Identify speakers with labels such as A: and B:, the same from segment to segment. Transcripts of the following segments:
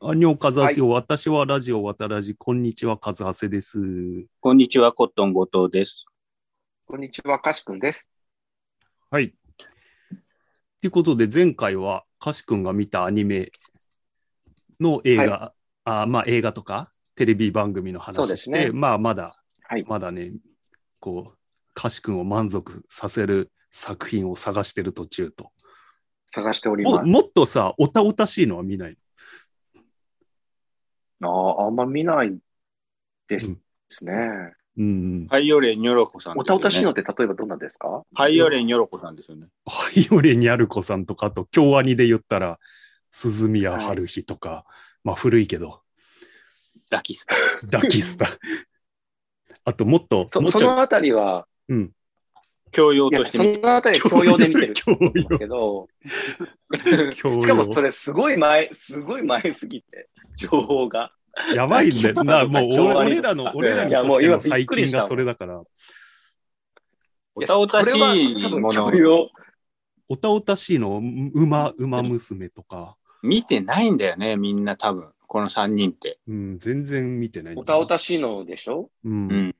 A: あにょうかずはせよ、私はラジオわたらじ、こんにちは、かずはせです。
B: こんにちは、コットン後藤です。
C: こんにちは、かしくんです。
A: はい。ということで、前回は、かしくんが見たアニメの映画、あまあ映画とか、テレビ番組の
C: そう
A: 話
C: で
A: して、
C: すね
A: まあまだ、
C: はい
A: まだね、こう、かしくんを満足させる作品を探してる途中と。
C: 探しており
A: も
C: ます。
A: もっとさ、おたおたしいのは見ない。
C: ああ、あんま見ないです
A: うん
C: ですね。
A: うん。
B: ハイヨレニョロコさん、
C: おたおたしいのっ。て例えばどんなんですか
B: ハイヨレニョロコさんですよね。
A: ハイオレニャルコさんとか、あと、京アニで言ったら、鈴宮春日とか、まあ古いけど、
B: ラキスタ。
A: ラキスタ。 あと、もっと、
C: そ
A: もう
C: そ
A: ちょい
C: のあたりは、
A: うん。
B: 教養
C: いや
B: として
C: そ
B: 見て
C: のあたりは教養で見てる
A: 教
C: んで
A: 養
C: すけど、
A: 教
C: しかもそ
A: 養。
C: れすごい前、すごい前すぎて、情報が。
A: やばいんだよな、
C: ラキスタとか
A: もう
C: 京アニ
A: 俺ら
C: と
A: の
C: か、
A: 俺らに
C: いや
A: と
C: も
A: っ
C: う
A: て
C: 今
A: の最
C: びっくり
A: 近
C: した
A: が
C: もん
A: それだから、
B: おたおたしいも
C: これは多
B: の
C: 分教養。
A: おたおたしいの、馬、馬娘とか、
B: 見てないんだよね、みんな多分。この3人って。
A: うん、全然見てないんだ
C: お
A: よ。
C: たおたしいのでしょ
A: う。
B: うんん。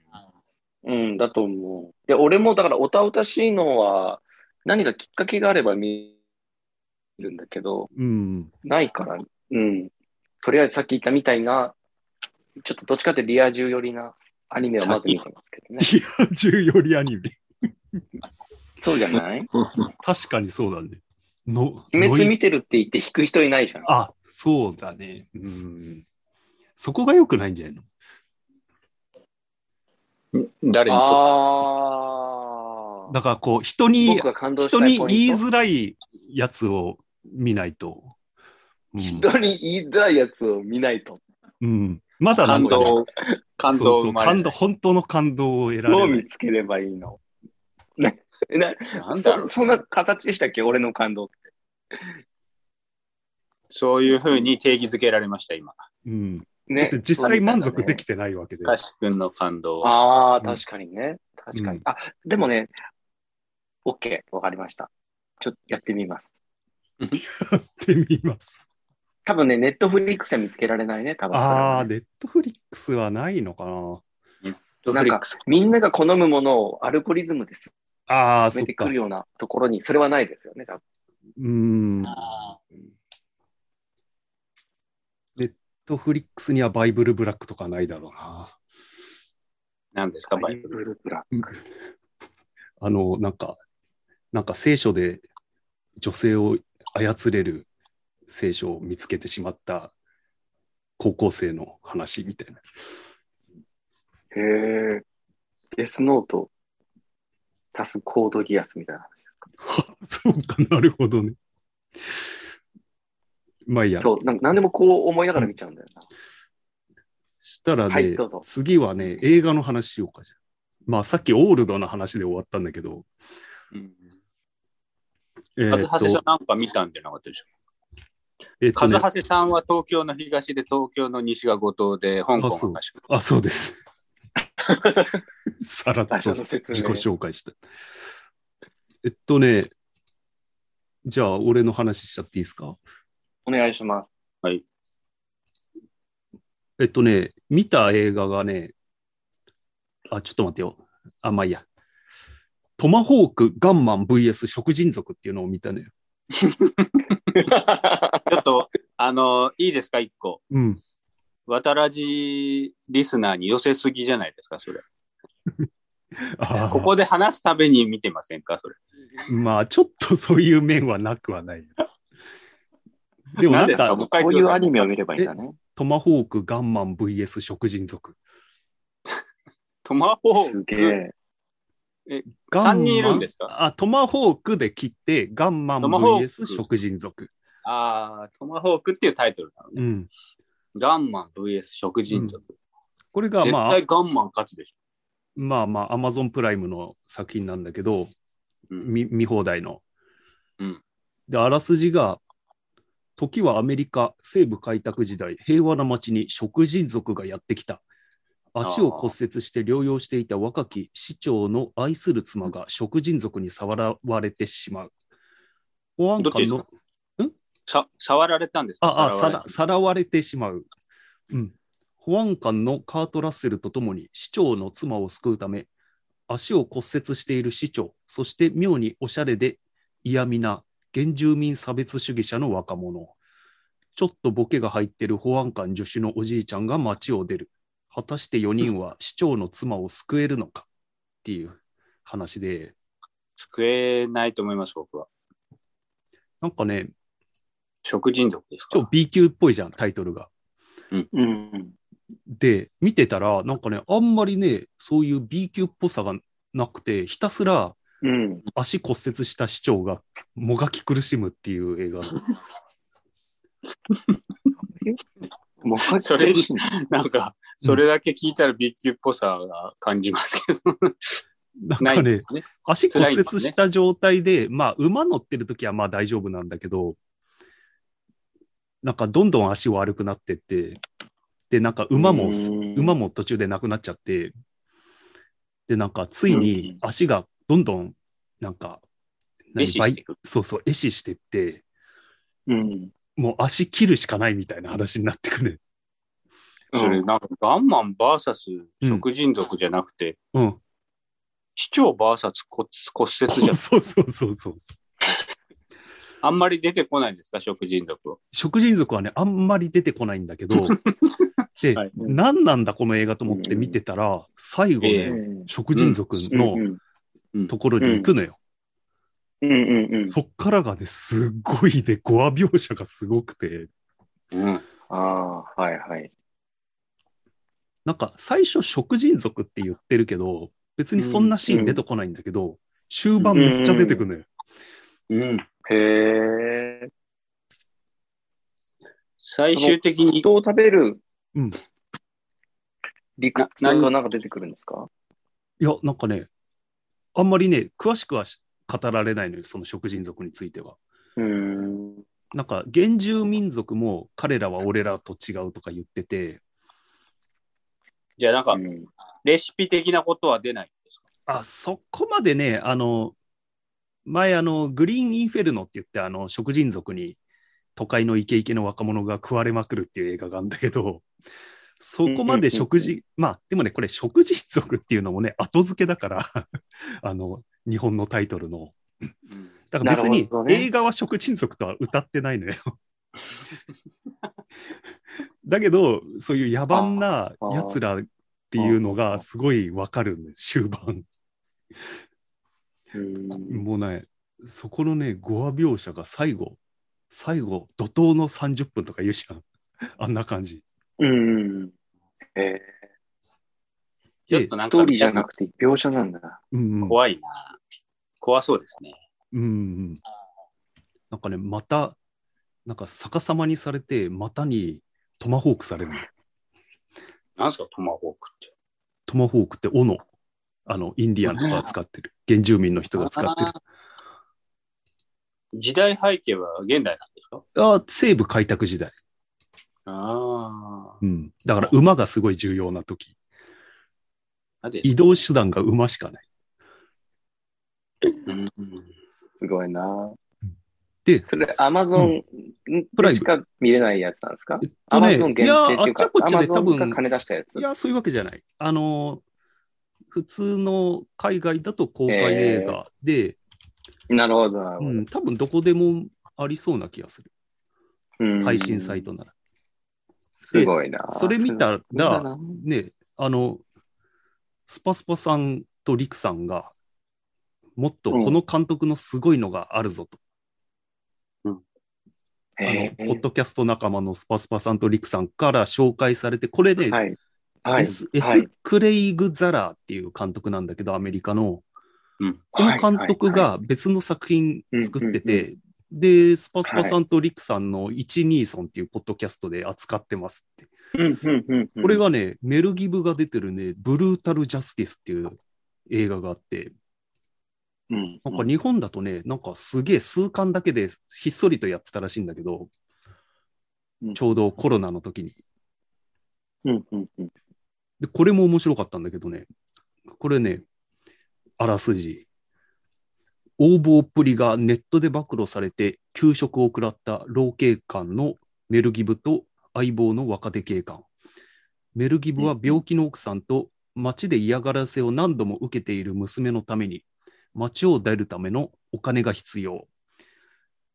C: うん、だと思う。で、俺もだからおたおたしいのは、何かきっかけがあれば見るんだけど、
A: うん。
C: ないから、うん。とりあえずさっき言ったみたいな、ちょっとどっちかってリア充寄りなアニメをまず見てますけどね。
A: リア充よりアニメ。
C: そうじゃない
A: 確かにそうだね。の、ノ
C: 鬼
A: イ
C: 滅見てるって言って引く人いないじゃん。
A: あ、そうだね。うん。そこが良くないんじゃないの
B: 誰にと
C: あー
A: だからこう、人に
C: 僕、が感動し
A: 人
C: たい
A: に
C: ポ
A: 言い
C: イント。
A: づらいやつを見ないと。うん
C: 人に言いづらいやつを見ないと。
A: うん。まだなん
B: 感
A: か、
B: 動を、感動を
A: そうそ
B: 生
A: う
B: まれ
A: 感
B: る
A: 動、。本当の感動を得ら
C: どう
A: れる。
C: 見つければいいのなな
B: なんだろ。
C: そうそんな形でしたっけ俺の感動って。
B: そういうふうに定義づけられました、今。
A: うん。だ
C: ね
A: って、実際満足で
C: き
A: きてないわけで。
B: かしくんの感動を。
C: ああ、
A: うん
C: 確かにね。確かに。
A: うん
C: あ、でもね、OK、わかりました。ちょっとやってみます。
A: やってみ ます。
C: 多分ね、ネットフリックスは見つけられないね、多分それ
A: あ
C: は
A: あ、
C: ね、
A: ネットフリックスはないのかな。
C: なんか、みんなが好むものをアルゴリズムで進
A: ああ、そ
C: め
A: って
C: く
A: か
C: る。ようなところに、それはないですよね、多分
A: うん。ネッ
B: あ
A: トフリックスにはバイブルブラックとかないだろうな。
B: ー何ですか、バイブ
C: ブ
B: ル。
C: ルーブラ
A: あの、なんか、なんか聖書で女性を操れる聖書を見つけてしまった高校生の話みたいな。
C: へえ。デスノート、足すコードギアスみたいな話ですか。
A: そうかなるほどね。まあいいや。
C: そう、なんか何でもこう思いながら見ちゃうんだよな。
A: したらね、
C: はいどうぞ
A: 次はね、映画の話しようかじゃん。まあさっきオールドな話で終わったんだけど、
B: うん。
A: えー
B: カズハ
A: っ
B: セさん
A: と、
B: なんか見たんじゃなかったでしょ
A: えーっ
B: カ
A: と
B: ズ
A: ね、
B: ハセさんは東京の東で東京の西が後藤で香港
A: あそう
B: が 賢い
A: あ、そう です。さらっと
C: 場所の
A: 自己
C: 説明
A: 紹介した。えっとね、じゃあ俺の話しちゃっていいですか
C: お願いします。
A: えっとね、見た映画がね、あ、ちょっと待ってよ。あ、まあいいや。トマホーク、ガンマン VS 食人族っていうのを見たね。
B: ちょっとあのいいですか一個
A: うん。
B: 渡らじリスナーに寄せすぎじゃないですかそれ
A: あー
B: ここで話すために見てませんかそれ
A: まあ、ちょっとそういう面はなくはない。でもな
B: 何
A: ん
B: ですか
A: か、
B: もう一回
C: こ
B: 言
C: う
B: ってくだ
C: いう
B: さ
C: ア
B: い
C: ニメを見ればいいんだね。
A: トマホーク、ガンマン VS 食人族。
B: トマホー
C: すげえ。
A: ガンマン
B: 三人いるんですか
A: あ、トマホークで切って、ガンマン
B: トマホーク
A: VS 食人族。
B: あートマホークっていうタイトルなのね、
A: うん。
B: ガンマン VS 食人族、
A: これが、
B: 絶
A: まあ、
B: 対ガンマン勝つでし
A: まあまあ、アマゾンプライムの作品なんだけど、
B: ょ、うん
A: 見見放題の。
B: うん
A: で、あらすじが、時はアメリカ西部開拓時代、平和な町に食人族がやってきた。足を骨折して療養していた若き市長の愛する妻が食人族に触られてしまう。保安
B: どっ
A: 官
B: ちです
A: の
B: か、さ触られたんですか
A: ああ、
B: 触
A: さ
B: られ
A: らさらわれてしまう。うん。保安官のカート・ラッセルとともに市長の妻を救うため、足を骨折している市長、そして妙におしゃれで嫌味な原住民差別主義者の若者、ちょっとボケが入ってる保安官助手のおじいちゃんが街を出る。果たして4人は市長の妻を救えるのかっていう話で、
B: 救えないと思います、僕は。
A: なんかね、
B: 食人族です
A: ちょっ
B: か
A: と B 級っぽいじゃん、タイトルが。
C: うん。
A: で、見てたら、なんかね、あんまりね、そういう B 級っぽさがなくて、ひたすら
C: うん。
A: 足骨折した市長がもがき苦しむっていう映 画。
C: もう
B: それ なんか、それだけ聞いたら B 級っぽさが感じますけど、
A: なんか
B: ないんで
A: ね、
B: すね。
A: 足骨折した状態で、まあ、馬乗ってる時はまあ大丈夫なんだけど、なんかどんどん足悪くなってって、で、なんか馬も、
C: うん
A: 馬も途中でなくなっちゃって、で、なんかついに足がどんどん、なんか、
B: レシしていく。
A: そうそう、壊死してって、
C: うん。
A: もう足切るしかないみたいな話になってくる。
B: それ、なんか、ガンマン VS
A: うん
B: 食人族じゃなくて、
A: うん。
B: 市長 VS 骨骨折じゃ ん、
A: そうそうそうそう。
B: あんまり出てこないんですか、食人族は。
A: 食人族はね、あんまり出てこないんだけ ど、で、
B: はい
A: 何なんだこの映画と思って見てたら、最後ね、
B: え
A: 食人族
C: う
A: の
C: ん
A: ところに行くのよ。
C: うんうんうん。
A: そっからがね、すっごいね、ゴア描写がすごくて、
B: うん。
C: ああ、はいはい。
A: なんか最初食人族って言ってるけど、別にそんなシーン出てこないんだけど、終盤めっちゃ出てくるのよ。
B: うん。
C: へえ。
B: 最終的に、
C: 人を食べる
A: うん
C: 理屈がなんか出てくるんですか
A: いや、なんかね、あんまりね、詳しくは語られないのよ、その食人族については。
C: うん。
A: なんか原住民族も彼らは俺らと違うとか言ってて、
B: じゃあなんか
C: う、ん
B: レシピ的なことは出ないんですか
A: あそこまでね、あの前あの、グリーンインフェルノって言って、あの食人族に都会のイケイケの若者が食われまくるっていう映画があるんだけど、そこまで食
C: うん
A: 事、まあでもね、これ、食人族っていうのもね、後付けだから、 あの日本のタイトルの。だから別
C: な
A: に
C: るほどね
A: 映画は食人族とは歌ってないのよ。だけど、そういう野蛮なやつらっていうのがすごいわかるね、終盤。
C: うん
A: もうね、そこのね、語話描写が最後、最後、怒涛の30分とか言うじゃん。 あんな感じ。
C: うん。え
B: ち
A: で
B: ょっとな
C: ー
B: んか、
C: ストーリーじゃなくて描写なんだ。
A: うんうん、
B: 怖いな。怖そうですね。
A: うんうん。なんかね、また、なんか逆さまにされて、股にトマホークされるの。
B: なんですか、トマホークって。
A: トマホークって斧。あの、インディアンとかが使ってる。原住民の人が使ってる。
B: 時代背景は現代なんですか
A: あー西部開拓時代。
B: ああ。
A: うん。だから馬がすごい重要な時。
B: なんで
A: 移動手段が馬しかない。
B: うん
C: すごいな。
A: で、
C: それ、アマゾン
A: プライム
C: しか見れないやつなんですかアマ
A: ね
C: ゾン限定っていう
A: いやあ
C: か
A: っちゃこ、っ
C: ア
A: ちゃ
C: マ
A: で
C: ゾ
A: 多
C: ン
A: 分
C: が金出したやつ
A: い。や、そういうわけじゃない。あのー、普通の海外だと公開映画で、
C: なるほど、なるほ
A: うん、多分どこでもありそうな気がする。
C: どうん。
A: 配信サイトなら。
C: すごいな。
A: それ見たら
C: それはすごいな
A: ね、あの、スパスパさんとリクさんが、もっとこの監督のすごいのがあるぞと。あの
C: へー
A: ポッドキャスト仲間のスパスパさんとリクさんから紹介されて、これで、
C: はい。はい。
A: S, S
C: はい
A: クレイグ・ザラーっていう監督なんだけど、アメリカの。
B: うん
A: この監督
C: は
A: が別の作品作って
C: うんうん
A: て、で、スパスパさんとリクさんの1、2、3っていうポッドキャストで扱ってますって。
C: うんうんうんうん
A: これがね、メルギブが出てるね、ブルータル・ジャスティスっていう映画があって、
C: うん
A: なんか日本だとね、なんかすげえ数巻だけでひっそりとやってたらしいんだけど
C: うん、
A: ちょうどコロナの時に。
C: うんうんうん
A: で、これも面白かったんだけどね、これね、あらすじ。横暴っぷりがネットで暴露されて、休職を食らった老警官のメルギブと相棒の若手警官。メルギブは病気の奥さんと町で嫌がらせを何度も受けている娘のために、町を出るためのお金が必要。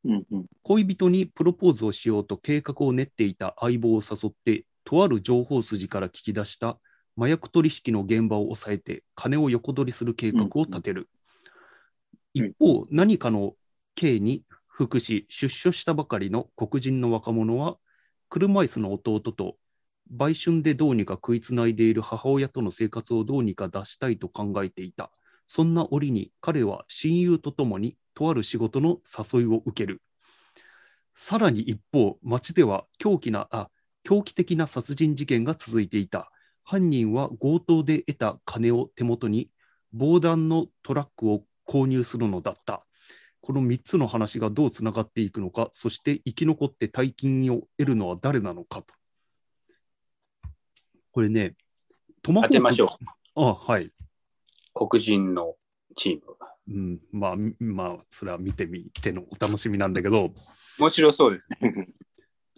B: うんうん。
A: 恋人にプロポーズをしようと計画を練っていた相棒を誘って、とある情報筋から聞き出した麻薬取引の現場を抑えて、金を横取りする計画を立てる。
C: うんうん
A: 一方、何かの刑に服し、出所したばかりの黒人の若者は、車椅子の弟と売春でどうにか食いつないでいる母親との生活をどうにか出したいと考えていた。そんな折に彼は親友と共にとある仕事の誘いを受ける。さらに一方、町では狂気なあ狂気的な殺人事件が続いていた。犯人は強盗で得た金を手元に防弾のトラックを購入するのだった。この3つの話がどうつながっていくのか、そして生き残って大金を得るのは誰なのかと。これね、トマホー
B: 当
A: ク
B: てましょ
A: あ、はい。
B: う。黒人のチーム。
A: うん、まあ、みまあ、それは見てみてのお楽しみなんだけど、
B: 面白そうですね。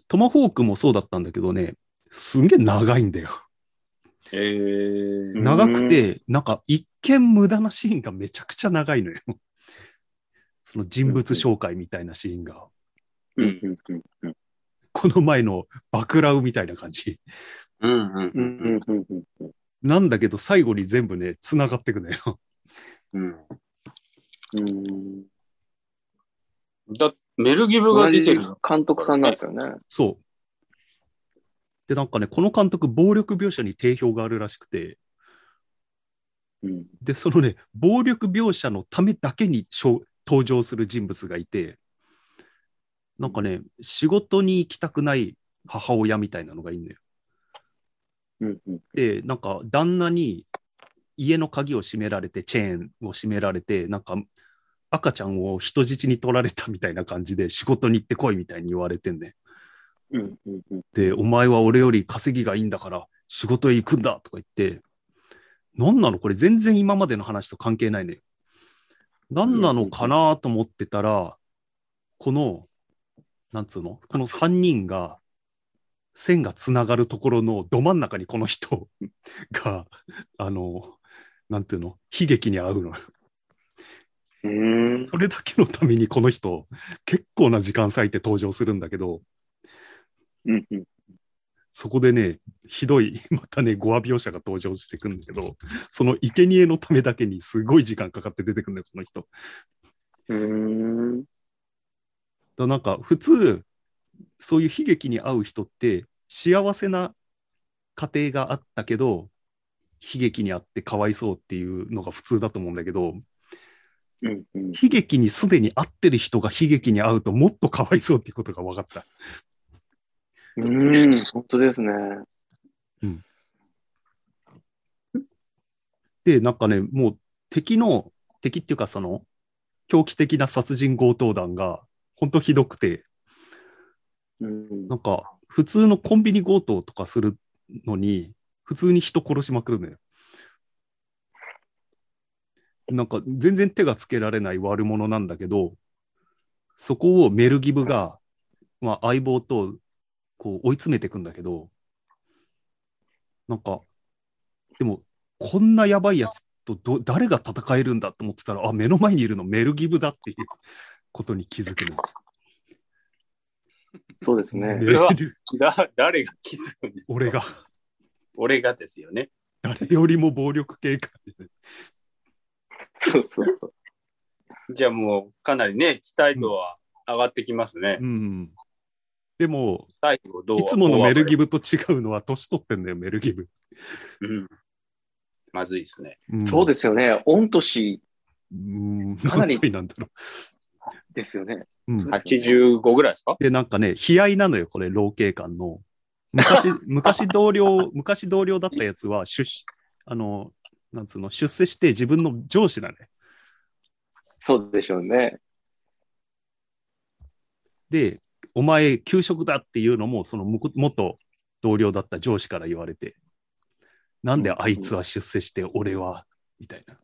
A: トマホークもそうだったんだけどね、すんげえ長いんだよ。
B: え
C: うん
B: ー、
A: 長くて、なんか一見無駄なシーンがめちゃくちゃ長いのよ。 その人物紹介みたいなシーンが、
C: うんうんうんうん
A: この前のバクラウみたいな感じ。
B: うんうん
C: う
B: うん
C: うんんうんうんうん
A: なんだけど、最後に全部ね、繋がってくのよ。
B: うん。
C: うん
B: うん、だメルギブが
C: 同
B: 出
C: じ
B: てるの。
C: 監督さんなんですよね。
A: そう。で、なんかね、この監督、暴力描写に定評があるらしくて、
C: うん
A: で、そのね、暴力描写のためだけにしょ登場する人物がいて、なんかね、仕事に行きたくない母親みたいなのがいるのよ。
C: うんうん
A: で、なんか旦那に家の鍵を閉められて、チェーンを閉められて、なんか赤ちゃんを人質に取られたみたいな感じで、仕事に行ってこいみたいに言われてんね。
C: うんうんうん
A: で、お前は俺より稼ぎがいいんだから仕事へ行くんだとか言って、なんなのこれ全然今までの話と関係ないね。なんなのかなと思ってたら、この、なんつうのこの3人が線がつながるところのど真ん中にこの人 が、あの、なんていうの悲劇に遭うの。
C: うん
A: それだけのためにこの人、結構な時間割いて登場するんだけど、
C: うんうん
A: そこでね、ひどい、 またね、ゴア描写が登場してくるんだけど、その生贄のためだけにすごい時間かかって出てくるんだよ、この人。だか
C: うん
A: らなんか、普通、そういう悲劇に遭う人って、幸せな家庭があったけど、悲劇にあってかわいそうっていうのが普通だと思うんだけど、
C: うんうん
A: 悲劇にすでに遭ってる人が悲劇に遭うともっとかわいそうっていうことが分かった。
C: うん、本当ですね。
A: で、なんかね、もう敵の、敵っていうかその、狂気的な殺人強盗団が、ほんとひどくて、
C: うん
A: なんか、普通のコンビニ強盗とかするのに、普通に人殺しまくるのよ。なんか、全然手がつけられない悪者なんだけど、そこをメルギブが、まあ、相棒とこう追い詰めていくんだけど、なんか、でも、こんなやばいやつとど誰が戦えるんだと思ってたら、あ、目の前にいるのメルギブだっていうことに気づくの。
C: そうですね。
A: メル
B: だ誰が気づくんですか
A: 俺。が。
B: 俺がですよね。
A: 誰 よりも暴力系か。
C: そうそうそう。
B: じゃあもうかなりね、期待度は上がってきますね。
A: うん。でも、
B: 最後どう
A: いつものメルギブと違うのは年取ってんだよ、メルギブ。。
B: ブ。うん。まずいですね。
C: そうですすよね。御年
A: うん、
C: かなり
A: 何歳なんだろ
C: ですよね。
A: う。うん
C: そう
B: 85ぐらいですか
A: で、なんかね、悲哀なのよ、これ、老警官の。 昔、昔同僚、昔同僚だったやつは、出し、あの、なんつうの、出世して自分の上司だね。
C: そうでしょうね。
A: で、お前、給食だっていうのも、そのむこ元同僚だった上司から言われて、なんであいつは出世して、俺は、みたいな。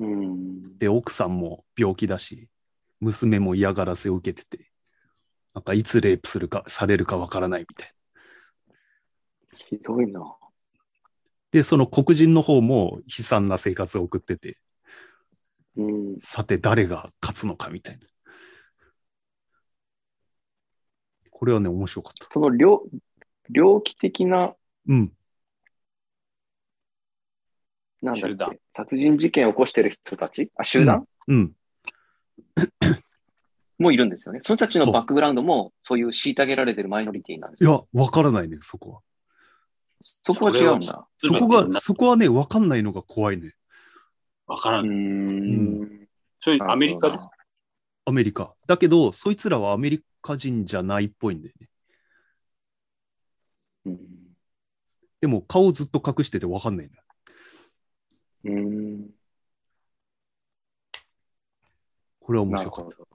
C: うん。
A: で、奥さんも病気だし、娘も嫌がらせを受けてて、なんかいつレイプするか、されるかわからないみたいな。
C: ひどいな。
A: で、その黒人の方も悲惨な生活を送ってて、
C: うん。
A: さて誰が勝つのかみたいな。これはね、面白かった。
C: その猟、猟奇的な、
A: うん。
C: なんだっ
B: 集
C: け
B: 団、
C: 殺人事件を起こしてる人たち、あ、集団、
A: うん。
C: もいるんですよね。その人たち
A: そ
C: の
A: う
C: バックグラウンドも、そういう虐げられてるマイノリティなんです
A: い
C: よ。
A: や、わからないね、そこは。
C: そこは違うんだ。
A: そこが、そこはね、わかんないのが怖いね。
B: わから
C: うー
B: ん。
C: ん。
B: そういうアメリカです
C: あ
A: アメリカ。だけど、そいつらはアメリカ人じゃないっぽいんだよね。
C: うん
A: でも、顔をずっと隠しててわかんないんだ。
C: うん。
A: これは面
C: なる
A: 白か
C: ほ
A: った。
C: ど。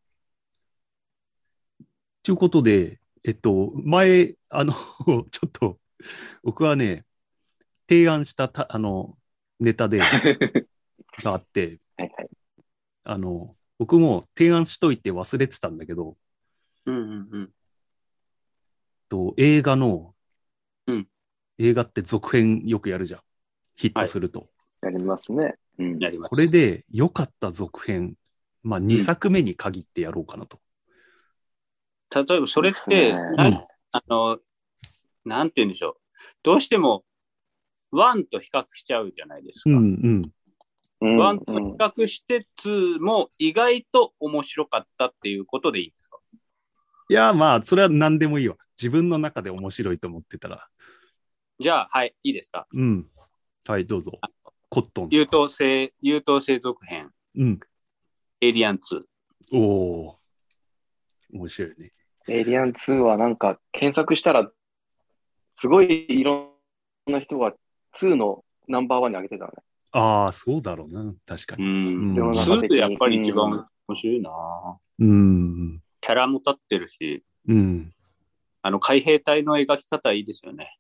A: ということで、えっと、前、あの、ち ょっと、僕はね、提案したた、あの、ネ タで、があって、
C: はいはい。
A: あの、僕も提案しといて忘れてたんだけど、
B: うんうんうん。
A: と映画の、
B: うん
A: 映画って続編よくやるじゃん。ヒットすると。
C: やりますね。うん。
B: やります。
A: これで良かった続編、まあ2作目に限ってやろうかなと。
B: 例えばそれっ
C: で
B: て、
C: すね
B: なんあの、なんて言うんでしょう。どうしても、ワンと比較しちゃうじゃないですか。
A: うんうん。
C: うん
B: ワンと
C: う
B: 比
C: ん
B: 較して、ツーも意外と面白かったっていうことでいいんですか
A: いや、まあ、それは何でもいいわ。自分の中で面白いと思ってたら。
B: じゃあ、はい、いいですか
A: うん。はい、どうぞ。コットンさん
B: 優等生、優等生続編、
A: うん。
B: エイリアン2。
A: おおー。面白いね。
C: エイリアン2はなんか検索したら、すごいいろんな人が2のナンバーワンに上げてたね。
A: ああ、そうだろうな。確か
B: う
A: に。
B: ん。
A: 世の
B: 2
A: 中
B: ってやっぱり一番面白いなぁ
A: うん。
B: キャラも立ってるし、
A: うん。
B: あの、海兵隊の描き方いいですよね。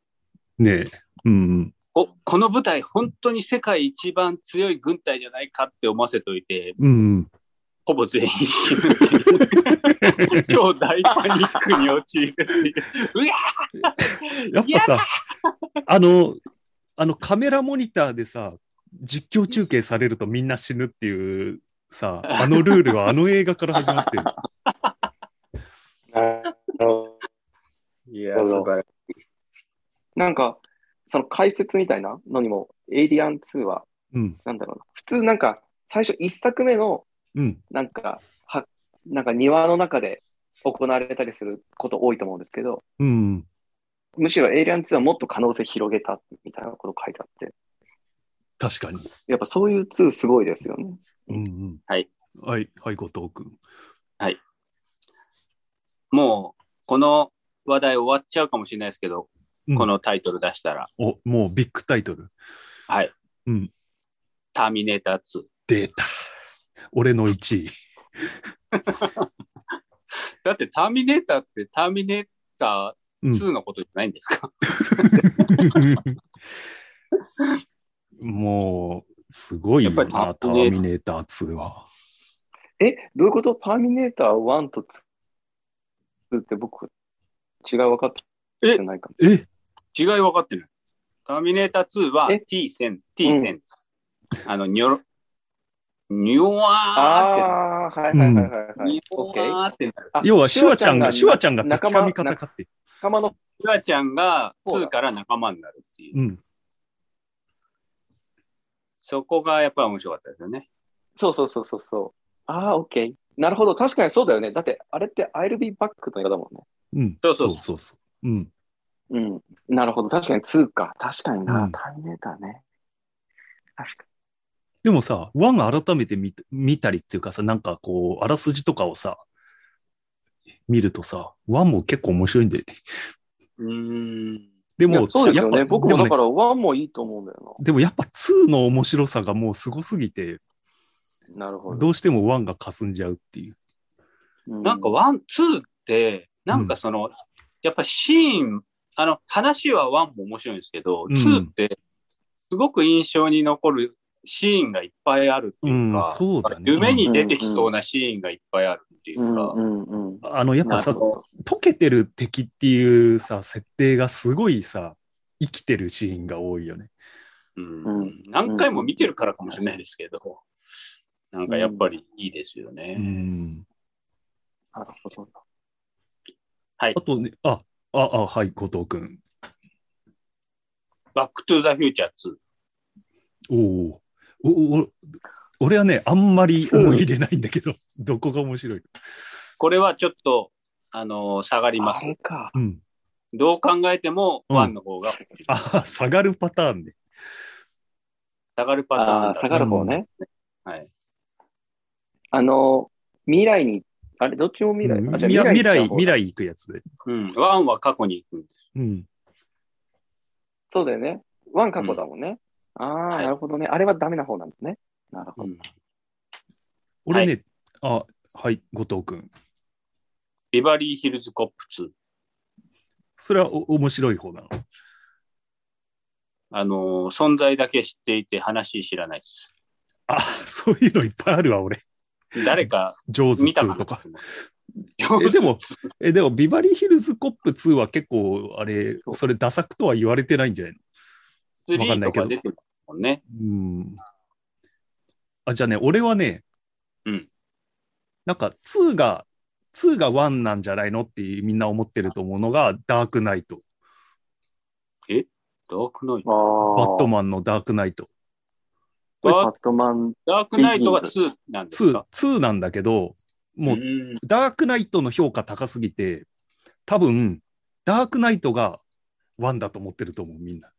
A: ねえ。うん。
B: お、この部隊本当に世界一番強い軍隊じゃないかって思わせといて、
A: うんうん。
B: ほぼ全員死ぬっていう。超大パニックに陥るっていう。うわ
A: やっぱさ、あの、あのカメラモニターでさ、実況中継されるとみんな死ぬっていうさ、あのルールはあの映画から始まってる。
B: いや
C: 素晴
B: 晴らしい。
C: なんか、その解説みたいなのにも、エイリアン2は、
A: うん。
C: なんだろうな。普通なんか、最初1作目の、
A: うん。
C: なんか、は、なんか庭の中で行われたりすること多いと思うんですけど、
A: うん。
C: むしろエイリアン2はもっと可能性広げたみたいなこと書いてあって、
A: 確かに。
C: やっぱそういう2すごいですよね。
A: うんうん。
B: はい。
A: はい。はい、後藤君。
B: もう、この話題終わっちゃうかもしれないですけど、
A: うん
B: このタイトル出したら、
A: お、もうビッグタイトル。
B: はい。
A: うん。
B: ターミネーター2。
A: 出た。俺の1位。
B: だってターミネーターってターミネータ
A: う
B: ー
A: ん
B: 2のことじゃないんですか、
A: もう、すごいよ
B: やっぱ
A: な、
B: り
A: タ
B: ター
A: ーミ
B: ミ
A: ネーター2は。
C: え、どういうことターミネーター1と2って僕、違い分かってないかも。
A: え
B: 違い分かってない。ターミネーター2は
C: え
B: T1000、T1000、あの、にょろ、にょわ
C: ああー、はいはいはいは
B: ー
C: い、
B: って、
C: はい
B: に。ょ
C: OK
B: わーってなる。
C: あ
A: 要は、シュワちゃんが、シュワちゃんが
C: 仲
A: 敵
C: 間
A: か味方かって。
C: 仲間の、
B: シュワちゃんが2から仲間になるっていう。
A: うん。
B: そこがやっぱり面白かったですよね。
C: そうそうそうそうそう。ああ、オッケー。なるほど。確かにそうだよね。だって、あれって I'll be back の映画だも
A: うん。
B: そうそう
A: そうそうそう。うん。
C: んね。うん。なるほど。確かに2か。確かにな。
A: うん
C: ターミネーターね。確か
A: でもさ、ワン改めて見た見たりっていうかさ、なんかこう、あらすじとかをさ、見るとさ、ワンも結構面白いんだよね。
B: うーん。
A: で
C: に。い
A: も
C: や、そうですよ
A: や
C: ね。
A: っぱ
C: 僕
A: で
C: も
A: も
C: だか
A: ね
C: ら1もいいと思うんだよ
A: でもやっぱ2の面白さがもうすごすぎて、
C: な。なるほど。
A: どうしてもワンが霞んじゃうっていう。
B: なんか
C: う
B: ワン、ツーって、なんかその、やっぱシーン、あの、話はワンも面白いんですけど、
A: う
B: ツ
A: ん
B: ーって、すごく印象に残るシーンがいっぱいあるっていうか、
A: うんそうだね
B: 夢に出てきそうなシーンがいっぱいあるっていううか、
C: んうんうん。
A: あのやっぱさ
B: なるほ
A: 溶けてる敵っていうさ設定がすごいさ生きてるシーンが多いよね。
B: うん
C: うん
B: 何回も見てるからかもしれないですけど、なんかやっぱりいいですよね。
A: うん、
C: なるほど。
B: はい
A: あ。とねあああはい後藤君。
B: バックトゥザフューチャー2。
A: おーおおお俺はねあんまり思い入れないんだけど どこが面白い、
B: これはちょっと、あのー下がりま
C: あ
B: す。
C: れか。
A: うん、
B: どう考えても、
A: うん
B: 1の方が
A: あ下がるパターンね。
B: 下がるパターン
C: あ
B: だ
C: あ、下がる方ね。
B: はい。
C: あの、未来に、あれ、どっちも未来
A: うん
C: あ
A: いや未来
C: 行っちゃう方だ
A: 未来行くやつで。
B: うん。1は過去に行くんです。
A: うん、
C: そうだよね。ワン過去だもんね。ああ、
B: はい
C: なるほどね。あれはダメな方なんですね。なるほ
B: う
C: ど。
B: ん
A: 俺ね、あはい後藤君。
B: ビバリーヒルズコップ2。
A: それはお面白い方なの。
B: あのー存在だけ知っていて話知らないです。
A: あそういうのいっぱいあるわ俺。
B: 誰か
A: 上手
B: 見た
A: 2
B: か
A: とか。
B: な。
A: えでも、え、でも、ビバリーヒルズコップ2は結構、あれ、それ、ダサくとは言われてないんじゃないわかん
B: 3
A: ない
B: と
A: けど
B: か出てるもんね。
A: のうん。あ、じゃあね、俺はね、
B: うん。
A: なんか、2が、2が1なんじゃないのってみんな思ってると思うのが、ダークナイト。
B: ダークナイト。
C: あ
A: バ
C: あ。
A: ットマンのダークナイト。
C: これ
B: バ
C: バットマン。
B: ダークナイトは2なんです
A: 2
B: か、
A: 2なんだけど、もう、
B: ん
A: ダークナイトの評価高すぎて、多分、ダークナイトが1だと思ってると思う、みんな。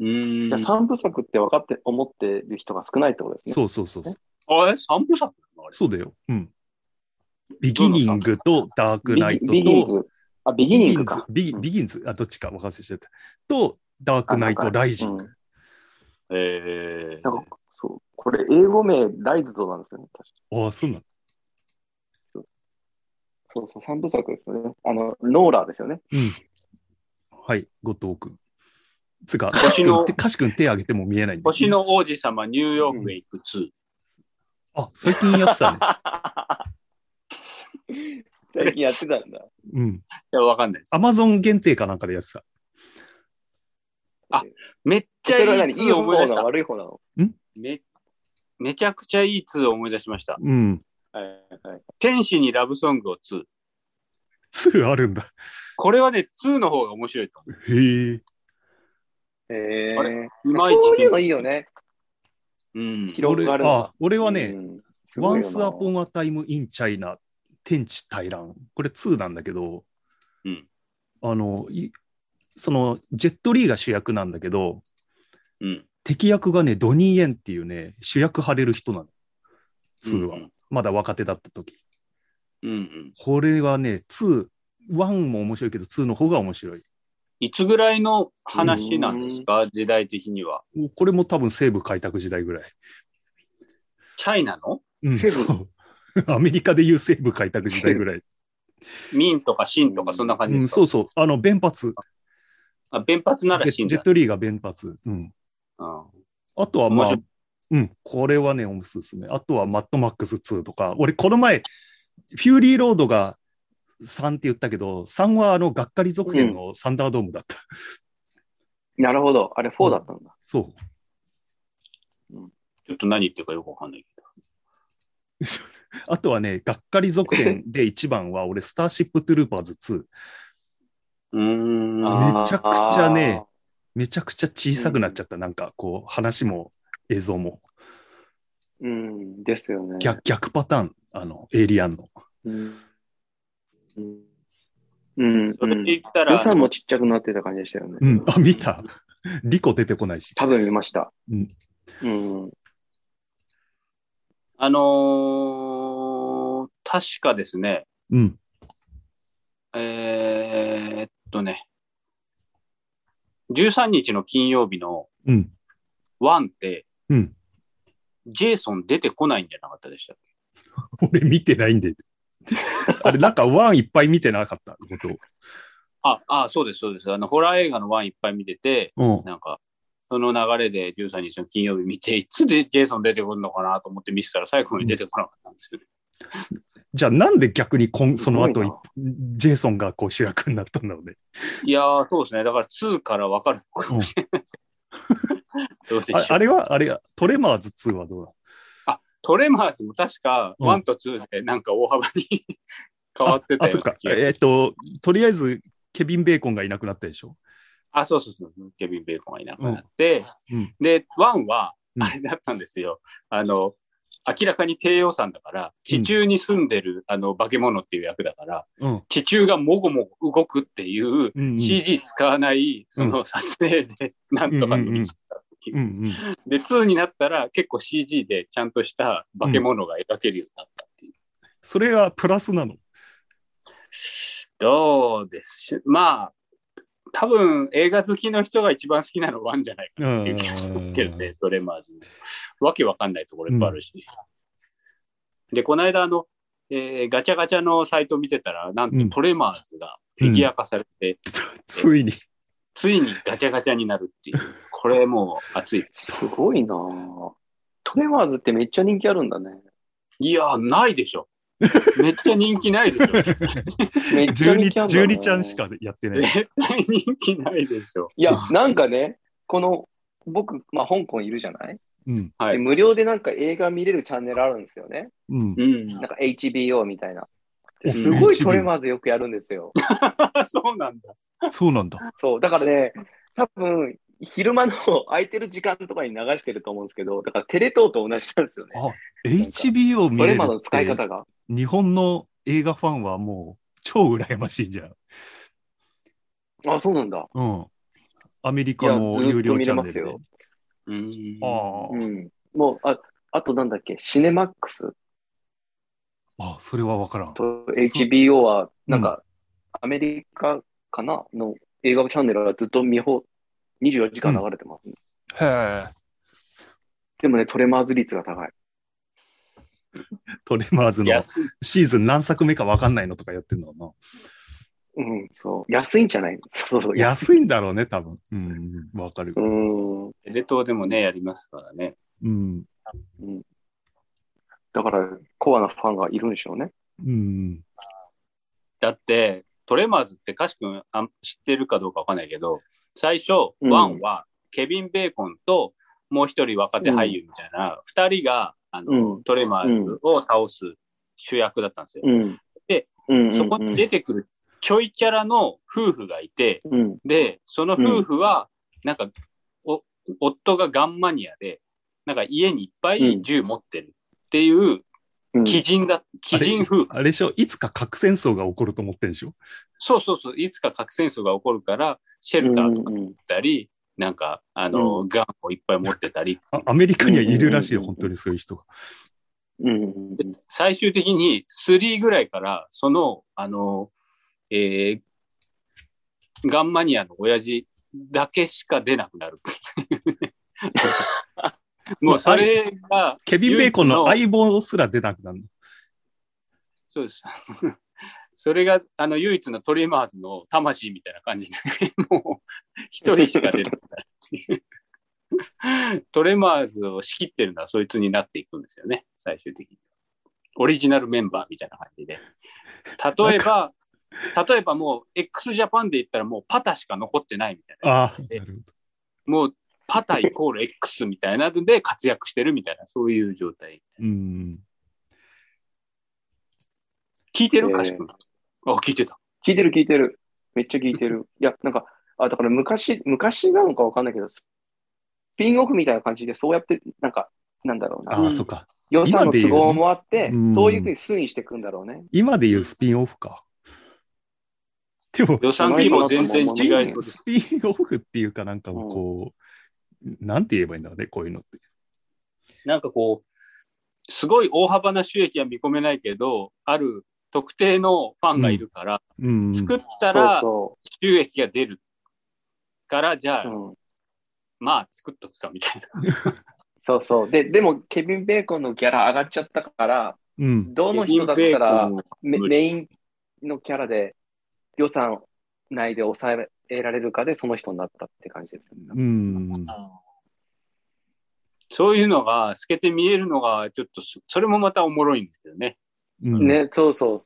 B: うん
C: いや、三部作って分かって、思ってる人が少ないってことですね。
A: そうそうそうそう。
B: あれ、三部作なのあれ
A: そうだよ。うん。ビギニングとダークナイトと、
C: ビギビギンズ。あ、ビギニングか。
A: ビギンズビギビギンズ、あ、どっちかお任せしてた。と、ダークナイトライジング。
C: うん
B: え
C: なんか、そう。これ、英語名、ライズドなんですよね。確か
A: ああ、そうなの。
C: そうそう、三部作ですよね。あの、ノーラーですよね。
A: うん。はい、後藤君。つうか、
B: 星の
A: カシ君手挙げても見えないんだ
B: 星の王子様、ニューヨークへ行く2。
A: あ、最近やってた ね。
C: 最 近やってたんだ。
A: うん。
B: いや、わかんないです。
A: アマゾン限定かなんかでやってた。
B: めっちゃい
C: そ
B: い
C: れは何いい
B: 2を思い
C: 方
B: 出
C: な
B: し
C: の
B: た。
C: 悪い方なの
B: めめちゃくちゃいい2を思い出しました。
A: うん。
C: はいはい。
B: 天使にラブソングを2。
A: 2あるんだ。
B: これはね、2の方が面白いと思
A: へえ。
C: え
B: あ
C: ー、
B: う。いまいち。
C: そういうのいいよね。
B: うん。
C: 広が
A: 俺
C: るのが
A: あ俺はね、
C: うん、
A: ワンスアポ
C: ン。
A: ンアタイムインチャイナ、天地大乱。これ2なんだけど、
B: うん
A: あの、いそのジェットリーが主役なんだけど、
B: うん。
A: 敵役がね、ドニー・エンっていうね、主役張れる人なの。2は。
B: うん
A: まだ若手だった時。
B: うんうん。
A: これはね、2、1も面白いけど、2の方が面白い。
B: いつぐらいの話なんですか時代的には。
A: もうこれも多分西部開拓時代ぐらい。
B: チャイナの
A: うん、
C: 西
A: そ
C: 部
A: う。 アメリカでいう西部開拓時代ぐらい。
B: ミンとかシンとかそんな感じ
A: う
B: で
A: ん、
B: すか、
A: そうそう。あの、弁髪。
B: あ、弁髪なら
A: ジ
B: シ
A: ェ
B: ン
A: ジェ
B: だ
A: ッ。トリーが弁髪。うん。
B: うん
A: あとはまあ
B: 面白、
A: うん、これはね、おすすめ。あとはマッドマックス2とか、俺、この前、フューリーロードが3って言ったけど、3はあの、がっかり続編のサンダードームだった。
C: なるほど。あれ、フォーだったんだ。
A: そ
B: ちょっと何言ってるかよくわかんない
A: う。
B: けど。
A: あとはね、がっかり続編で一番は、俺、スターシップトゥルーパーズ2。
B: うーん。
A: あめちゃくちゃねめちゃくちゃ小さくなっちゃった。なんか、こう、話も映像も
C: あー。うん、ですよね。
A: 逆逆パターン、あの、エイリアンの。
C: うん。うん。うん
B: それで言ったら、
C: 予算もちっちゃくなってた感じでしたよね。
A: うん、あ、見た。リコ出てこないし。
C: 多分見ました。
A: うん。
C: うん。
B: あのー確かですね、
A: うん。
B: えーっとね、13日の金曜日の
A: うん。
B: ワンって、
A: うん。
B: ジェイソン出てこないんじゃなかったでしたっけ
A: 俺見てないん で。あれ、なんかワンいっぱい見てなかったこと。
B: あ、あ、そうです、そうです。あの、ホラー映画のワンいっぱい見てて、
A: うん。
B: なんか、その流れで13日の金曜日見て、いつでジェイソン出てくるのかなと思って見てたら最後に出てこなかったんですよね。
A: じゃあなんで逆にこんその
C: すごいな
A: 後、ジェイソンがこう主役になったんだろうね。
B: いやー、そうですね。だから2から分かるかもしれない。どうでしょう
A: ああれは、あれは、トレマーズ2はどうだ
B: トレマーズも確か
A: うん
B: 1と2でなんか大幅に 変わってた
A: あ、
B: よ
A: そうっ
B: な
A: か。
B: 気が
A: えっ、と、とりあえず、ケビン・ベーコンがいなくなったでしょ。
B: あ、そうそうそう。ケビン・ベーコンがいなくなって、
A: うんうん
B: で、1は
A: うん
B: あれだったんですよ。あの、明らかに低予算だから、地中に住んでる、あの化け物っていう役だから、
A: うん。
B: 地中がもごもご動くってい
A: うん、
B: う
A: うん。
B: CG 使わない、その撮影でなんとか乗り切ったっていう
A: うんうん、
B: で、2になったら結構 CG でちゃんとした化け物が描けるようになったっていう。
A: それはプラスなの。
B: どうですしまあ、多分映画好きの人が一番好きなのはワンじゃないかなっていう気がするけどね、トレマーズの。わけわかんないところいっぱいあるし。で、この間、あの、えーガチャガチャのサイト見てたら、なん
A: う
B: と
A: ん
B: トレマーズがフィギュア化されて、
A: ついに。
B: ついにガチャガチャになるっていう、これもう熱いです。
C: すごいなぁトレマーズってめっちゃ人気あるんだね。
B: いやー、ないでしょ。めっちゃ人気ないで しょ。
C: めっちゃ人気あるんだ、ね。
A: 12ちゃんしかやってない。
B: 絶対人気ないでしょ。
C: いや、なんかね、この、僕、まあ、香港いるじゃない、
A: うん。
B: はい
C: で無料でなんか映画見れるチャンネルあるんですよね。
A: うん
B: う。ん
C: なん。か HBO みたいな。
A: お
C: すごい
A: HBO
C: トレマーズよくやるんですよ。
B: そうなんだ。
A: そうなんだ。
C: そう、だからね、多分昼間の 空いてる時間とかに流してると思うんですけど、だからテレ東と同じなんですよね。
A: あ、HBO 見
C: ト
A: れ
C: レ
A: る
C: マーズの
A: っ
C: 使い
A: て
C: 方が。
A: 日本の映画ファンはもう超羨ましいじゃん。
C: あ、そうなんだ。
A: うん。アメリカの有料チャンネルで
C: いやずっと見れますよ。
B: うん。
A: あ
C: うん。もう、あ、あとなんだっけ、シネマックス
A: あ、あ、それはわからん。
C: と HBO は、なんか、アメリカかなの映画チャンネルはずっと見放、24時間流れてますね。
A: へえ。
C: でもね、トレマーズ率が高い。
A: トレマーズの
B: 安い
A: シーズン何作目かわかんないのとかやってんだろ
C: うん、そう。安いんじゃない そうそうう、
A: な。安いんだろうね、多分。うん、わかる
C: う。ん。
B: テレ東でもね、やりますからね。
A: うん。
C: だから、コアなファンがいるんでしょうね。
A: うん。
B: だって、トレマーズって、カシ君あん知ってるかどうかわかんないけど、最初、
C: うん
B: ワンは、ケビン・ベーコンと、もう一人若手俳優みたいな、二、人が、あの、
C: うん
B: トレマーズを倒す主役だったんですよ。
C: うん。
B: で、
C: うん、
B: そこに出てくるちょいキャラの夫婦がいて、
C: うん。
B: で、その夫婦は、なんか、お、夫がガンマニアで、なんか家にいっぱい銃持ってるっていう、
C: うん。
B: 鬼人だ、鬼人夫婦。
A: あれでしょ、いつか核戦争が起こると思ってんでしょ。
B: そうそうそう、いつか核戦争が起こるから、シェルターとか行ったり、なんか、あの、ガンをいっぱい持ってたり、
A: あアメリカにはいるらしいよ、
C: うんうんうん
A: 本当にそういう人が。
C: うん。うん。
B: 最終的に3ぐらいから、その、あの、えーガンマニアの親父だけしか出なくなる。もうそれが、
A: ケビン・ベーコンの相棒すら出なくなるの。
B: そうです。 それが、あの、唯一のトリマーズの魂みたいな感じで、もう、一人しか出てこないっていう。トレマーズを仕切ってるのはそいつになっていくんですよね、最終的に。オリジナルメンバーみたいな感じで。例えば、例えばもう、x ジャパンで言ったらもうパタしか残ってないみたいな。
A: ああ、
B: え
A: なるほど
B: もう、パタイコール X みたいなので活躍してるみたいな、そういう状態。
A: うん。
B: 聞いてる
C: えー
B: かしくん。あ、聞いてた。
C: 聞いてる聞いてる。めっちゃ聞い てる。いや、なんか、あ、だから昔、昔なのかわかんないけど、スピンオフみたいな感じで、そうやって、なんか、なんだろうな。
A: ああ、
B: うん
A: そっか。
C: 予算
A: 今
C: の
A: で
C: 都
A: 言うね
C: 合もあって、
A: うん
C: そういうふうに推移していくんだろうね。
A: 今で言うスピンオフか。でも、
B: 予算規模全然違いそうです。
A: スピンスピンオフっていうかなんかもうこう、なんて言えばいいんだろうね、こういうのって。
B: なんかこう、すごい大幅な収益は見込めないけど、ある特定のファンがいるから、
A: うん。
B: 作った
C: そう
B: ら
C: そ
B: 収益が出るから、じゃあ、
C: う。うん
B: まあ作っとくかみたいな。
C: そうそう。で、でも、ケビン・ベーコンのギャラ上がっちゃったから、
A: うん。
C: どの人だっ
B: ケ
C: たら
B: ビンベーコン
C: メ
B: 無理
C: メインのキャラで予算内で抑え得られるかでその人になったって感じですね。
A: うん。
B: そういうのが透けて見えるのが、ちょっとそ、それもまたおもろいんですよね。
A: うん
C: ね、そうそう。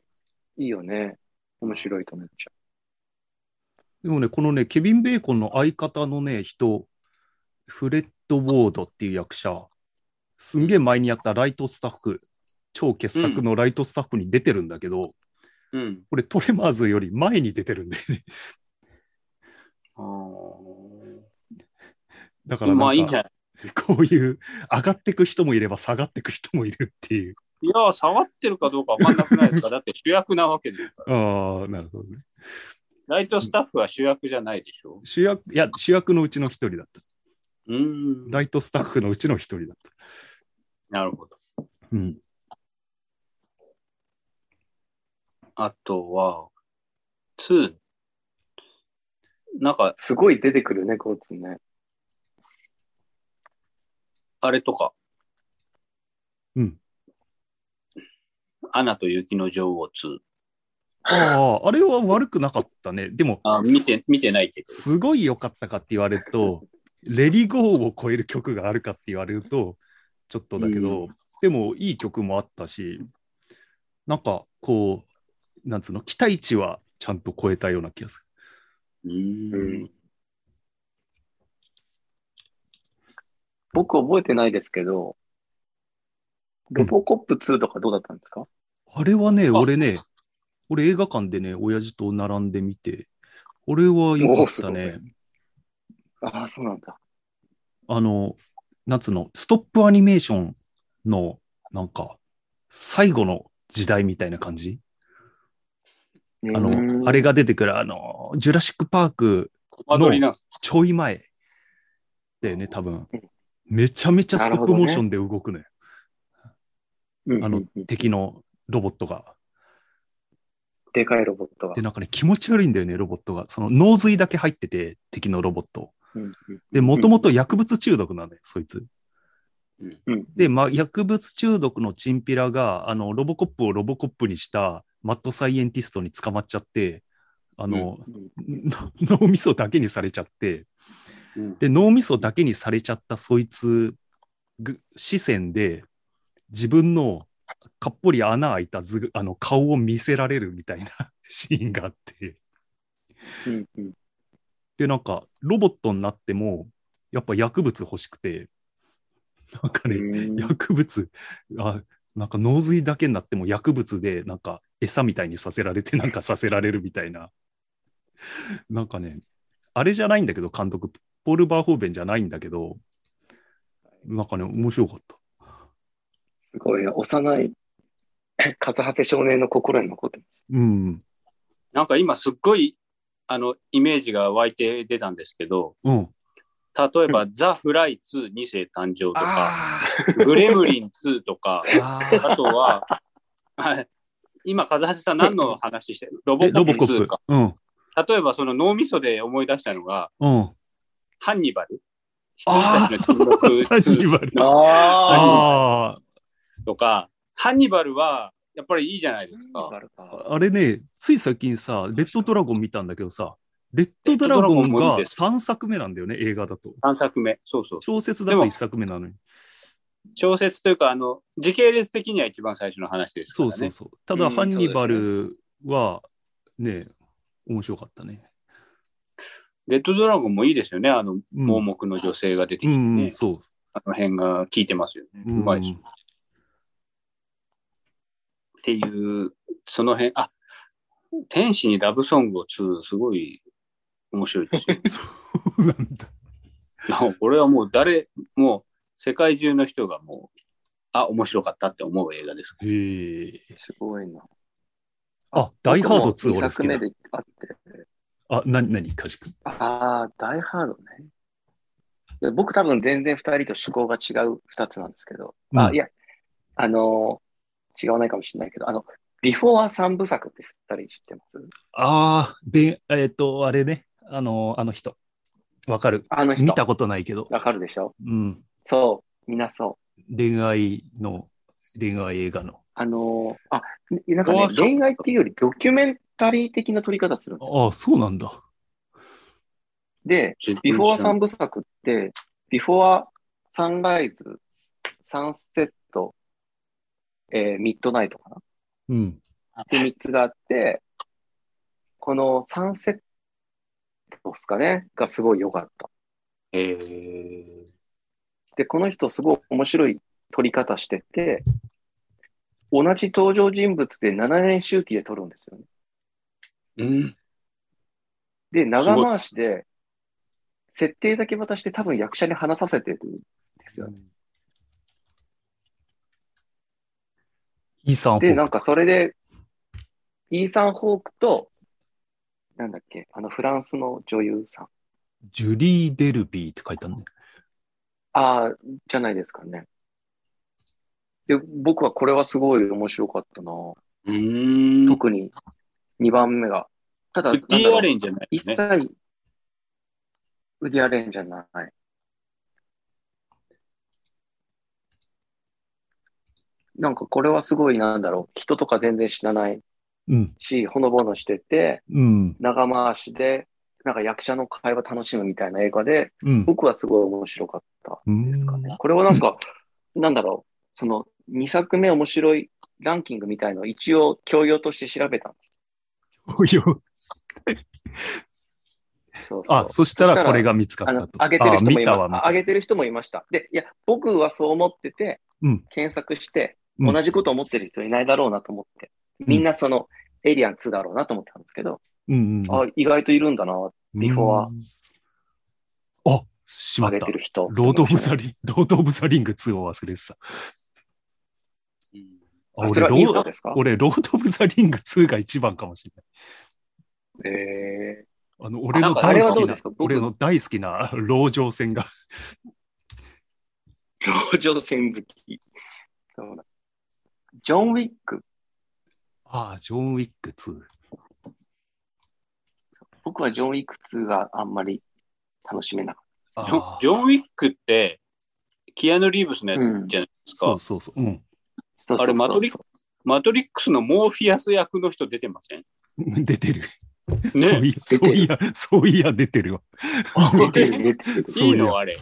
C: いいよね。面白いと思っちゃ
A: でもね、このね、ケビン・ベーコンの相方のね、人、フレッド・ウォードっていう役者、すんげえ前にやったライトスタッフ、超傑作のライトスタッフに出てるんだけど、
B: うん。
A: これトレマーズより前に出てるんだよね。
B: あ
A: だか
B: ー
A: ら
B: まあいい
A: なん
B: んじゃ
A: か、
B: ない
A: こういう上がってく人もいれば下がってく人もいるって いう。
B: いやー、下がってるかどうかわかんなくないですかだって主役なわけですから。
A: ああ、なるほどね。
B: ライトスタッフは主役じゃないでしょ
A: 主役、いや、主役のうちの一人だった。
B: うーん。
A: ライトスタッフのうちの一人だった。
B: なるほど。
A: うん。
B: あとは、2。なんか
C: う。、すごい出てくるね、コーツね。
B: あれとか。
A: うん。
B: アナと雪の女王2。
A: ああ、あれは悪くなかったね。でも、
B: あ、見て、見てないけど。
A: すごい良かったかって言われると、レリゴーを超える曲があるかって言われると、ちょっとだけど、でもいい曲もあったし、なんかこう、なんつうの、期待値はちゃんと超えたような気がす
B: うーん。
C: 僕覚えてないですけど、ロボコップ2とかどうだったんですか、
A: る。あれはね、
B: あ
A: 俺ね、俺映画館でね、親父と並んでみて、俺は良かった
C: おー
A: ね
C: す。ああ、そうなんだ。
A: あの、なんつうの、ストップアニメーションの、なんか、最後の時代みたいな感じあ
C: う
A: の、
C: ん
A: あれが出てくる、あの、ジュラシック・パーク
B: コマ撮りなんですか
A: ちょい前だよね、多分
C: うん。
A: めちゃめちゃストップモーションで動くのよ、
C: うん
A: あ
C: う
A: の
C: んうん
A: 敵のロボットが。
C: でかいロボットが
A: で、。なんかね、気持ち悪いんだよね、ロボットが。その脳髄だけ入ってて、敵のロボット。
C: うん
A: で、もともと薬物中毒なのよ、そいつ。
C: うん
A: で、まあ、薬物中毒のチンピラが、あの、ロボコップをロボコップにしたマッドサイエンティストに捕まっちゃって、あの、
C: うん
A: の 脳みそだけにされちゃって、
B: うん
A: で、脳みそだけにされちゃったそいつぐ視線で、自分のかっぽり穴開いたずあの顔を見せられるみたいな シーンがあって、
C: うんうん
A: で、なんか、ロボットになっても、やっぱ薬物欲しくて、なんかね、
C: うん
A: 薬物あなんか脳髄だけになっても薬物でなんか餌みたいにさせられてなんかさせられるみたいななんかねあれじゃないんだけど監督ポール・バーホーベンじゃないんだけどなんかね面白かった
C: すごい、幼い、 風はせ少年の心に残ってます。
A: うん
B: なんか今すっごい、あの、イメージが湧いて出たんですけど、
A: うん
B: 例えば、ザ・フライ2、2世誕生とか、
A: あ
B: グレムリン2とか、
A: ーあー
B: あ とは、はい今、和橋さん何の話してるロボ
A: えロ
B: コ
A: ボ
B: ップ
A: コ
B: 2
A: ップ
B: か。
A: うん
B: 例えば、その脳みそで思い出したのが、
A: うん
B: ハンニバル
A: あー
B: 羊たち
A: ハンニ
B: の沈黙 2
A: バル
C: あ
A: あー
B: とか、ハンニバルはやっぱりいいじゃないですか。
A: あれねつい最近さレッドドラゴン見たんだけどさレッドドラゴ
B: レッ
A: ン
B: ドドラゴンもい
A: が
B: いです
A: 3作目なんだよね映画だと
B: 3作目。そうそう。
A: 小説だと1作目なのに
B: 小説というか、あの、時系列的には一番最初の話ですか
A: そう
B: らね。
A: そうそう。ただ、
C: うん
A: ハンニバルはね、面白かったね。
B: レッドドラゴンもいいですよね。あの、
A: うん
B: 盲目の女性が出てきて
A: う
B: ね。
A: ん、うん、そ
B: あの辺が効いてますよね。
A: う
B: うんまいです。っていう、その辺、あ、天使にラブソングを2、すごい面白いです よ。
A: う。そうなんだ。
B: もうこれはもう誰、もう世界中の人がもう、あ、面白かったって思う映画です。
A: へえ。
C: すごいな。
A: あ、ダイハード2俺
C: 僕も二
A: 好き
C: 作目
A: だ。
C: であって。
A: あ、なになに、カジ君。
C: ああ、ダイハードね。いや僕多分全然二人と趣向が違う二つなんですけど。
A: うん
C: あ、いや、あのー違わないかもしれないけど、あの、ビフォーは三部作って二人知ってます
A: ああ、べ、えっ、と、あれね。あの、あの人。わかる。
C: あの人。
A: 見たことないけど。
C: わかるでしょ
A: うん。
C: そう、みんなそう。
A: 恋愛の、恋愛映画の。
C: あのーあ、なんか
B: ど
C: ね
B: う、ぞ
C: 恋愛っていうよりドキュメンタリー的な撮り方するんですよ。
A: ああ、そうなんだ。
C: で、ビフォー三部作って、ビフォーサンライズ、サンセット、えーミッドナイトかな
A: うん。
C: って3つがあって、このサンセットですかねがすごい良かった。
B: えー、
C: で、この人すごい面白い撮り方してて、同じ登場人物で7年周期で撮るんですよね。
B: うん。
C: で、長回しで、設定だけ渡して多分役者に話させてるんですよね。
A: イーサン・ホ
C: で、
A: ー
C: な
A: ク
C: んかそれで、イーサン・ホークと、なんだっけ、あのフランスの女優さん。
A: ジュリー・デルビーって書いてあるね。
C: ああ、じゃないですかね。で、僕はこれはすごい面白かったな。
B: うーん。
C: 特に2番目が。ただ、
B: ウッデ
C: なんだ
B: ィ・
C: ろう
B: アレンじゃない、ね。
C: 一切、ウディアレンじゃない。なんかこれはすごいなんだろう。人とか全然死なない
A: うん。
C: し、ほのぼのしてて、
A: うん。
C: 長回しで、なんか役者の会話楽しむみたいな映画で、
A: うん。
C: 僕はすごい面白かった
A: うん
C: ですかね。これはなんか、なんだろう。その2作目面白いランキングみたいのを一応教養として調べたんです。
A: いや
C: そうそう
A: あ、そしたらこれが見つか
C: あ
A: っ
C: の
A: たと。
C: 上げてる人もい
A: あ見たわ見
C: ま
A: た
C: 上げてる人もいました。で、いや、僕はそう思ってて、
A: うん
C: 検索して、
A: うん
C: 同じこと思ってる人いないだろうなと思って、みんなその、エイリアン2だろうなと思ってたんですけど、
A: うんうん、
C: あ、意外といるんだな、ビフォーは
A: うん。あ、しま
C: 上
A: っ
C: げ
A: た
C: て。る人。
A: ロード・オブ・ザ・
C: あ
A: リン、 ロード・オブ・ザ・リング2を忘れてた。
B: うん
A: あ俺
C: それ
A: ロ
C: はいい方
A: ー、
C: ですか
A: 俺、ロード・オブ・ザ・リング2が一番かもしれない。
C: ええ
A: あの、俺
B: なん
A: の
B: かあれ
A: 大
B: は
A: 好
B: ど
A: き
B: う
A: な
C: ですか、僕
A: 俺の大好きな、 籠城戦が。
C: ー、上線好き。そうだジョン・ウィック、
A: ああ、ジョン・ウィック2。
C: 僕はジョン・ウィック2があんまり楽しめなかっ
A: あ
B: ジョン
A: あ
B: ジョン・ウィックって、キアヌ・リーブスのやつじゃないですか。
A: そうそうそう。うん。
C: た。
B: あれマトリッ
C: ク
B: マトリックスのモーフィアス役の人出てません
A: 出てる。そ
B: ね
A: ういや、そういや、そういや、出てるわ。
C: 出てる、出てる。
A: そう
B: いい
A: いや
B: のあれ。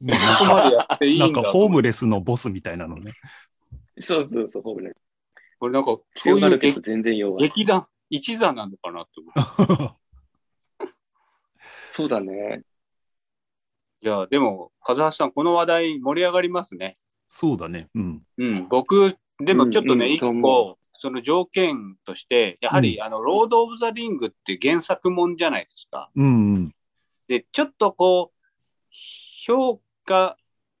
A: なん
B: ここ
A: か、
B: までやっていいん
A: な
B: だ
A: んかホームレスのボスみたいなのね。
C: そうそうそう、ほぼね。
B: これなんか、そ
C: 強
B: う
C: が
B: い
C: る
B: う
C: けど
B: 劇
C: 全然弱い。
B: 劇団、一座なのかなって思う。
C: そうだね。
B: いや、でも、風橋さん、この話題盛り上がりますね。
A: そうだね。うん。
B: うん、僕、でもちょっと
C: うんう
B: ね、
C: ん
B: 一、
C: そう思
B: 個、その条件として、やはり、あの、ロード・オブ・ザ・リングって原作もんじゃないですか。
A: うんうん。
B: で、ちょっとこう、評価、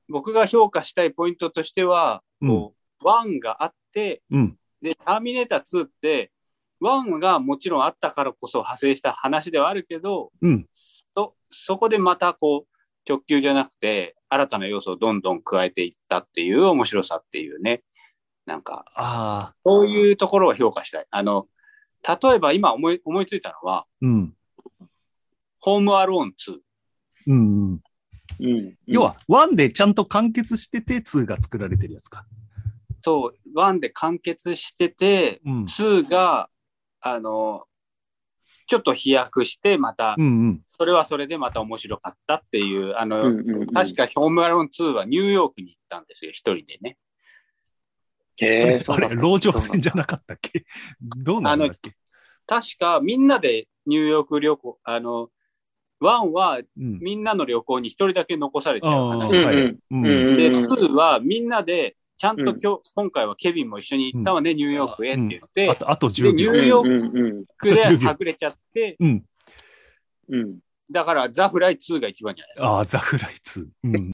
B: 僕が評価したいポイントとしては、
A: うん。
B: こう、1があって、
A: うん。
B: で、ターミネーター2って、1がもちろんあったからこそ派生した話ではあるけど、
A: うん。
B: そそこでまたこう、直球じゃなくて、新たな要素をどんどん加えていったっていう面白さっていうね、なんか、
A: ああ。
B: そういうところは評価したい。あの、例えば今思い思いついたのは、
A: うん。
B: ホームアローン2。
A: うんうん。
C: うん。
A: 要は、1でちゃんと完結してて、2が作られてるやつか。
B: そう、1で完結してて、
A: うん。
B: 2が、あの、ちょっと飛躍して、また
A: う、んうん。
B: それはそれでまた面白かったっていう、あの、
C: うんうんうん
B: 確かホームアローン2はニューヨークに行ったんですよ、一人でね。
C: へえ
A: あれ、籠城戦じゃなかったっけどうなんだっけ
B: 確かみんなでニューヨーク旅行、あの、1は
A: うん。
B: みんなの旅行に一人だけ残されちゃう
A: あ
B: 話
A: ーはい
C: うん
A: う
C: うんん。
B: で、
C: うん
B: 2はみんなで、ちゃんと
C: うん
B: 今日、今回はケビンも一緒に行ったわね、ニューヨークへって言って、
A: あと、あと10
B: でニュ
A: 秒
B: ー。ヨーク
C: うんうん
B: クレ
A: あ
B: ア
A: と10秒
B: はぐれちゃって、
A: うん。
C: うん。うん
B: だからザ・フライ2が一番じゃないですか。
A: ああ、ザ・フライ2。うん。